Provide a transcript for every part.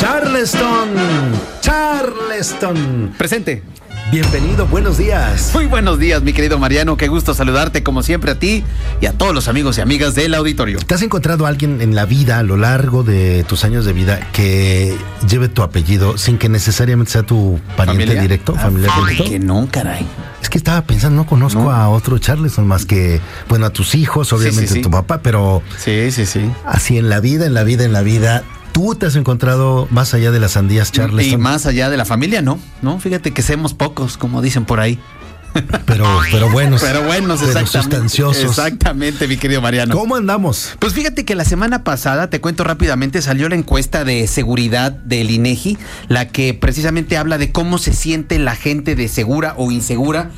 Charleston. Charleston. Presente. Bienvenido, buenos días. Muy buenos días, mi querido Mariano. Qué gusto saludarte como siempre a ti y a todos los amigos y amigas del auditorio. ¿Te has encontrado a alguien en la vida, a lo largo de tus años de vida, que lleve tu apellido sin que necesariamente sea tu pariente ¿Familia? directo, Ah, familiar fíjate directo? Que no, caray. Es que estaba pensando, no conozco No. a otro Charleston más que, bueno, a tus hijos, obviamente sí. tu papá, pero Sí, sí, sí. así en la vida, en la vida, en la vida, tú te has encontrado más allá de las sandías Y Charleston. más allá de la familia, ¿no? No, fíjate que seamos pocos, como dicen por ahí. Pero, pero buenos. Pero bueno, pero exactamente. sustanciosos. Exactamente, mi querido Mariano. ¿Cómo andamos? Pues fíjate que la semana pasada, te cuento rápidamente, salió la encuesta de seguridad del INEGI, la que precisamente habla de cómo se siente la gente de segura o insegura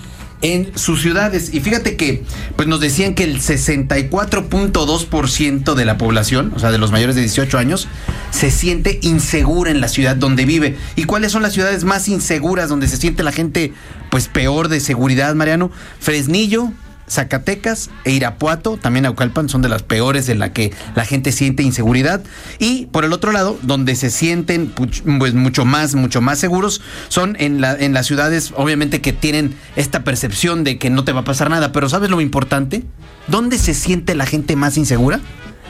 en sus ciudades. Y fíjate que pues nos decían que el 64.2% de la población, o sea, de los mayores de 18 años, se siente insegura en la ciudad donde vive. ¿Y cuáles son las ciudades más inseguras donde se siente la gente pues peor de seguridad, Mariano? Fresnillo, Zacatecas e Irapuato, también Aucalpan, son de las peores en la que la gente siente inseguridad. Y por el otro lado, donde se sienten puch- pues, mucho más, mucho más seguros, son en, la- en las ciudades, obviamente, que tienen esta percepción de que no te va a pasar nada. Pero ¿sabes lo importante? ¿Dónde se siente la gente más insegura?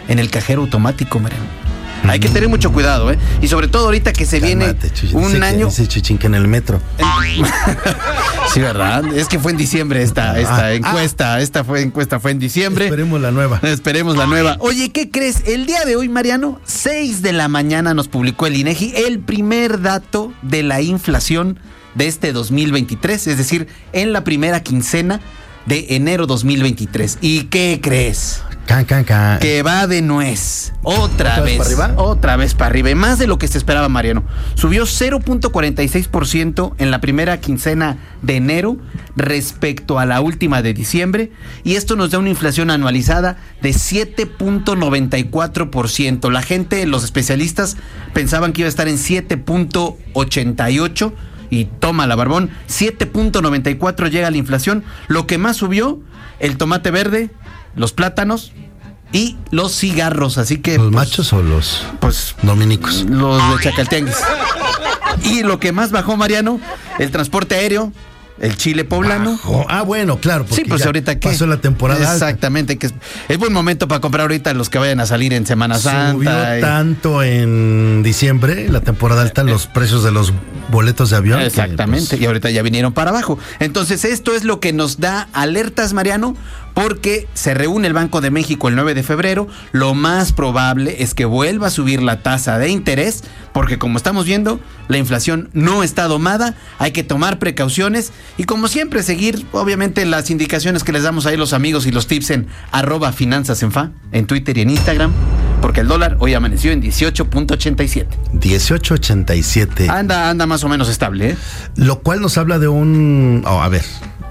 En el cajero automático, Mariano. Hay que tener mucho cuidado, ¿eh? Y sobre todo ahorita que se Cálmate, viene Chuy. un Dice que- año. dice Chuchín que en el metro. Sí, ¿verdad? Es que fue en diciembre esta, esta Ah, encuesta. Esta fue encuesta fue en diciembre. Esperemos la nueva. Esperemos la nueva. Oye, ¿qué crees? El día de hoy, Mariano, 6 de la mañana nos publicó el INEGI el primer dato de la inflación de este 2023, es decir, en la primera quincena de enero 2023. ¿Y qué crees? Can, can, can. Que va de nuez. Otra, ¿Otra vez vez. para arriba? Otra vez para arriba. Y más de lo que se esperaba, Mariano. Subió 0.46% en la primera quincena de enero respecto a la última de diciembre. Y esto nos da una inflación anualizada de 7.94%. La gente, los especialistas, pensaban que iba a estar en 7.88%. Y toma la barbón, 7.94 llega la inflación. Lo que más subió, el tomate verde, los plátanos, y los cigarros, así que ¿Los pues, machos o los pues dominicos? los de Chacaltianguis. Y lo que más bajó Mariano, el transporte aéreo, el chile poblano. Bajo. Ah, bueno, claro. Porque Sí, pues ya ahorita que Pasó la temporada. alta. Exactamente, que es, es buen momento para comprar ahorita los que vayan a salir en Semana Santa. Subió y- Eh, tanto en diciembre, la temporada alta, los precios de los boletos de avión. que, Exactamente, pues, y ahorita ya vinieron para abajo. Entonces, esto es lo que nos da alertas, Mariano, porque se reúne el Banco de México el 9 de febrero. Lo más probable es que vuelva a subir la tasa de interés, porque como estamos viendo, la inflación no está domada, hay que tomar precauciones y como siempre seguir, obviamente, las indicaciones que les damos ahí los amigos y los tips en arroba finanzas en fa, en Twitter y en Instagram, porque el dólar hoy amaneció en 18.87. 1887. Anda, anda más o menos estable, ¿eh? Lo cual nos habla de un. oh, a ver.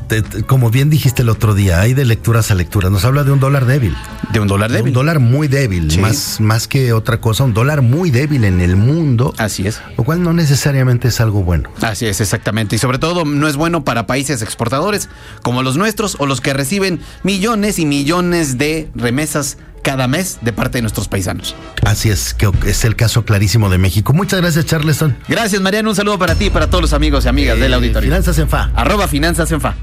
te- te- como bien dijiste el otro día, hay de lecturas a lecturas. Nos habla de un dólar débil. De un dólar De débil. Un dólar muy débil. Sí. Más, más que otra cosa, un dólar muy débil en el mundo. Así es. Lo cual no necesariamente es algo bueno. Así es, exactamente. Y sobre todo no es bueno para países exportadores como los nuestros o los que reciben millones y millones de remesas cada mes de parte de nuestros paisanos. Así es, que es el caso clarísimo de México. Muchas gracias, Charleston. Gracias, Mariano. Un saludo para ti y para todos los amigos y amigas del Eh, auditorio. Finanzas en FA. Arroba Finanzas en Fa.